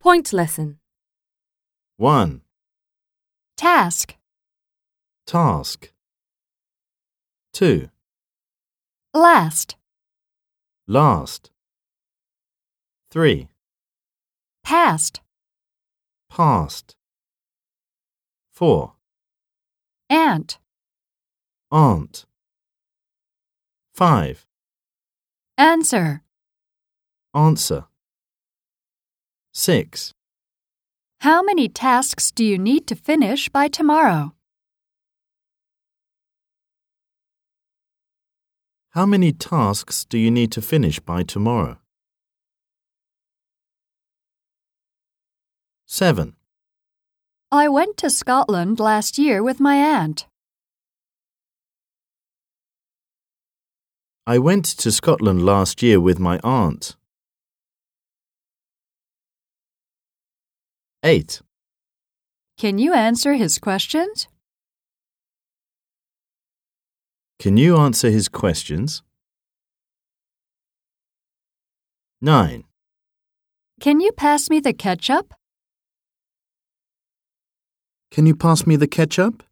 Point lesson. 1. Task. Task. 2. Last. Last. 3. Past. Past. 4. Ant. Aunt. 5. Answer. Answer. 6. How many tasks do you need to finish by tomorrow? How many tasks do you need to finish by tomorrow? 7. I went to Scotland last year with my aunt. I went to Scotland last year with my aunt. 8. Can you answer his questions? Can you answer his questions? 9. Can you pass me the ketchup? Can you pass me the ketchup?